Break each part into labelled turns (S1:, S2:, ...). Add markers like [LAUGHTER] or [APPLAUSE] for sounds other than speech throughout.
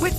S1: With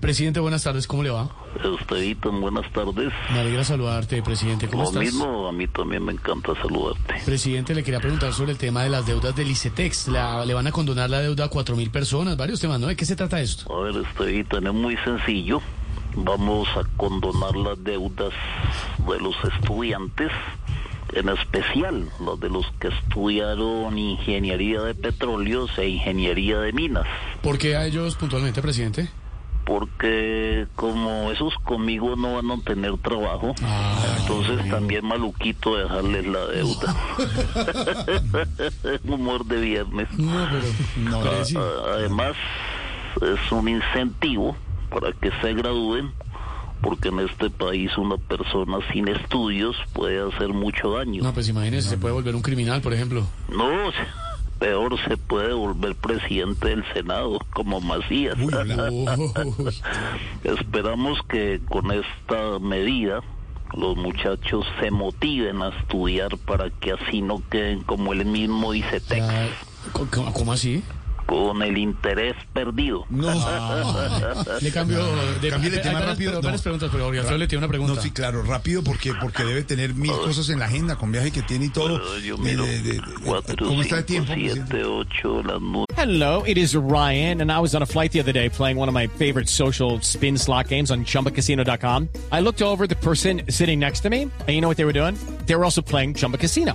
S2: Presidente, buenas tardes, ¿cómo le va?
S3: Estevito, Pues, buenas tardes.
S2: Me alegra saludarte, presidente, ¿cómo
S3: Lo
S2: estás?
S3: mismo, a mí también me encanta saludarte.
S2: Presidente, le quería preguntar sobre el tema de las deudas del ICETEX. La- le van a condonar la deuda a cuatro mil personas, varios temas, ¿no? ¿De qué se trata esto?
S3: A ver, Estevito, es muy sencillo. Vamos a condonar las deudas de los estudiantes, en especial las de los que estudiaron ingeniería de petróleos e ingeniería de minas.
S2: ¿Por qué a ellos puntualmente, presidente?
S3: porque como esos conmigo no van a tener trabajo,
S2: Ah,
S3: entonces también maluquito dejarles
S2: [LAUGHS]
S3: la deuda. [LAUGHS] Humor de viernes.
S2: No, pero no, sí.
S3: A- Eh, Además, es un incentivo para que se gradúen, porque en este país una persona sin estudios puede hacer mucho daño.
S2: no, pues imagínese, se puede volver un criminal, por ejemplo.
S3: No, se- peor se puede volver presidente del Senado, como Macías.
S2: [LAUGHS] Uy.
S3: [LAUGHS] Esperamos que con esta medida los muchachos se motiven a estudiar para que así no queden como él mismo dice Tex,
S2: Ah, ¿cómo- ¿Cómo cómo así?
S3: con el interés perdido.
S2: Le cambio de
S4: Cambié Ah, de
S2: hay
S4: tema
S2: varias-
S4: rápido,
S2: pero
S4: no.
S2: varias preguntas, pero Oriol le tiene una pregunta.
S4: No, sí, claro, rápido porque porque debe tener mil cosas en la agenda con viaje que tiene y todo.
S3: Pero yo
S4: De-
S3: miro
S4: de- de- de-
S3: cuatro,
S4: ¿Cómo está de
S3: cinco,
S4: tiempo? presidente?
S3: siete, ocho, las nueve.
S5: Hello, it is Ryan, and I was on a flight the other day playing one of my favorite social spin slot games on chumbacasino.com. I looked over at the person sitting next to me, and you know what they were doing? They were also playing Chumba Casino.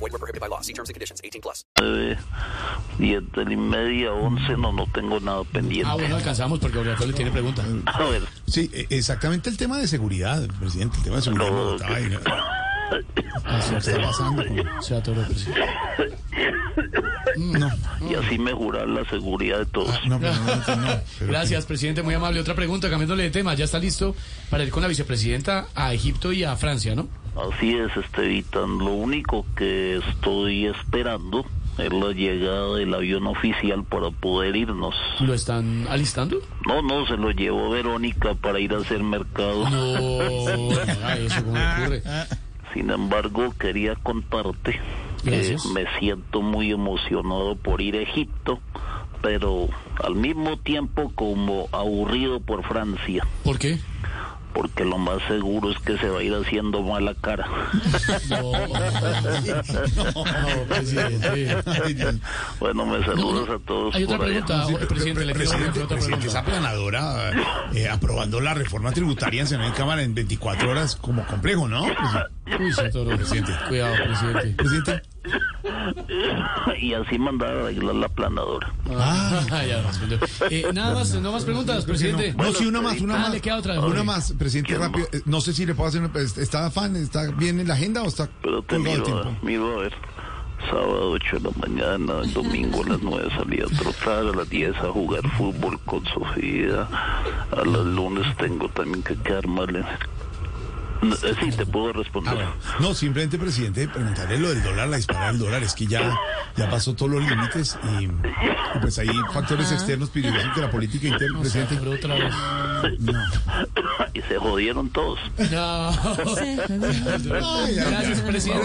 S6: Void were prohibited by law. See terms and conditions. 18 plus.
S3: nueve, diez de la y media, once, no, no tengo nada pendiente.
S2: Ah, bueno, alcanzamos porque Oriol le tiene pregunta.
S3: A ver,
S4: Sí, e- exactamente el tema de seguridad, presidente. El tema de seguridad. en
S3: No,
S4: Bogotá,
S3: que-
S4: y-
S2: Se
S4: está pasando con-
S2: Se atoró, presidente.
S4: No,
S3: [LAUGHS] y así mejorar la seguridad de todos.
S4: no, pero no, no, no, pero-
S2: Gracias, presidente. Muy amable. Otra pregunta, cambiándole de tema. Ya está listo para ir con la vicepresidenta a Egipto y a Francia, ¿no?
S3: Así es, Estevitan. Lo único que estoy esperando es la llegada del avión oficial para poder irnos.
S2: ¿Lo están alistando?
S3: No, no, se lo llevó Verónica para ir a hacer
S4: Ah,
S3: mercado.
S2: No, no haga eso, ¿cómo le ocurre?
S3: Sin embargo, quería contarte que
S2: Gracias.
S3: me siento muy emocionado por ir a Egipto, pero al mismo tiempo como aburrido por Francia,
S2: ¿Por qué?
S3: porque lo más seguro es que se va a ir haciendo mala cara. [LAUGHS]
S2: No,
S4: [LAUGHS]
S2: no, presidente.
S3: bueno, me saludas a todos
S2: Hay otra
S3: por allá.
S2: pregunta,
S4: Pre-
S2: presidente.
S4: pre-
S2: Le quiero hacer
S4: Presidente,
S2: otra
S4: presidente, esa
S2: pregunta.
S4: planadora eh, aprobando la reforma tributaria en Senado y Cámara en 24 horas, como complejo, ¿no? presidente?
S2: Uy, se atoró, presidente. Cuidado, presidente.
S4: Presidente,
S3: [LAUGHS] y así mandar a arreglar la planadora.
S2: [LAUGHS] Ah, ya, no, señor. eh, nada más, no más preguntas, presidente.
S4: No, sí, una más, una
S2: Ah,
S4: más.
S2: le queda otra.
S4: Una más, presidente, rápido. Eh, No sé si le puedo hacer una. ¿Está afán? ¿Está bien en la agenda o está
S3: Pero te
S4: colgado el
S3: miro, ah.
S4: tiempo?
S3: a- miro a ver. Sábado 8 de la mañana, el domingo a las 9 salí a trotar, a las 10 a jugar fútbol con Sofía. A las lunes tengo también que quedar mal. en- No, eh, Sí, te puedo
S4: Ah,
S3: responder.
S4: bueno. No, simplemente, presidente, preguntarle lo del dólar, la disparada del dólar. Es que ya, ya pasó todos los límites y, y pues hay factores externos peligrosos que la política interna,
S2: Se
S4: presidente.
S2: atoró otra vez.
S3: [COUGHS] Y se jodieron todos.
S2: No. Gracias, presidente.